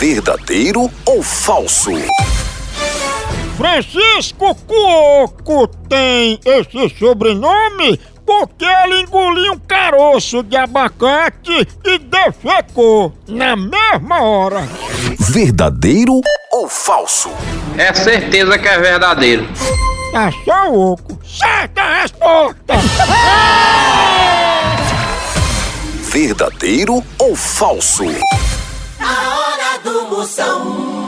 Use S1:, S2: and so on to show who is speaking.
S1: verdadeiro ou falso?
S2: Francisco Cuoco tem esse sobrenome porque ele engoliu um caroço de abacate e defecou na mesma hora.
S1: Verdadeiro ou falso?
S3: É certeza que é verdadeiro.
S2: Tá só oco. é Certa resposta!
S1: Verdadeiro ou falso?
S4: A hora do Moção.